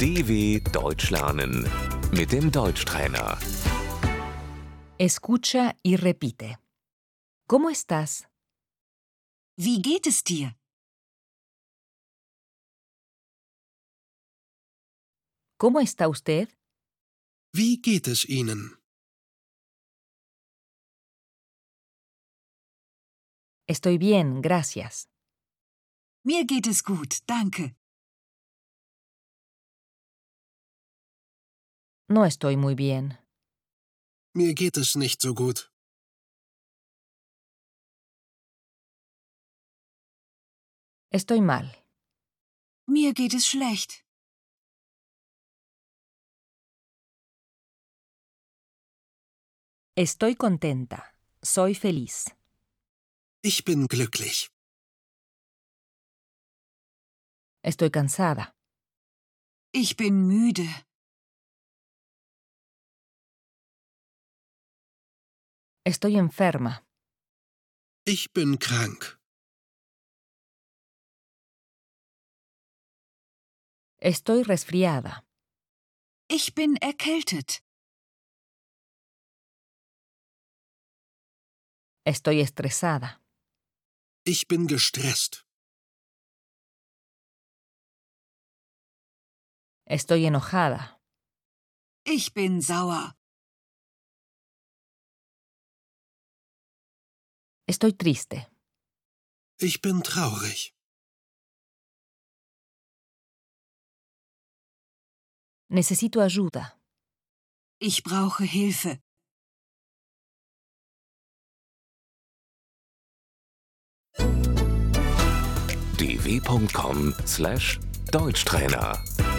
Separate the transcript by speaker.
Speaker 1: DW Deutsch lernen mit dem Deutschtrainer.
Speaker 2: Escucha y repite. ¿Cómo estás?
Speaker 3: Wie geht es dir?
Speaker 2: ¿Cómo está usted?
Speaker 4: Wie geht es Ihnen?
Speaker 2: Estoy bien, gracias.
Speaker 3: Mir geht es gut, danke.
Speaker 2: No estoy muy bien.
Speaker 4: Mir geht es nicht so gut.
Speaker 2: Estoy mal.
Speaker 3: Mir geht es schlecht.
Speaker 2: Estoy contenta. Soy feliz.
Speaker 4: Ich bin glücklich.
Speaker 2: Estoy cansada.
Speaker 3: Ich bin müde.
Speaker 2: Estoy enferma.
Speaker 4: Ich bin krank.
Speaker 2: Estoy resfriada.
Speaker 3: Ich bin erkältet.
Speaker 2: Estoy estresada.
Speaker 4: Ich bin gestresst.
Speaker 2: Estoy enojada.
Speaker 3: Ich bin sauer.
Speaker 2: Estoy triste.
Speaker 4: Ich bin traurig.
Speaker 2: Necesito ayuda.
Speaker 3: Ich brauche Hilfe.
Speaker 1: dw.com/deutschtrainer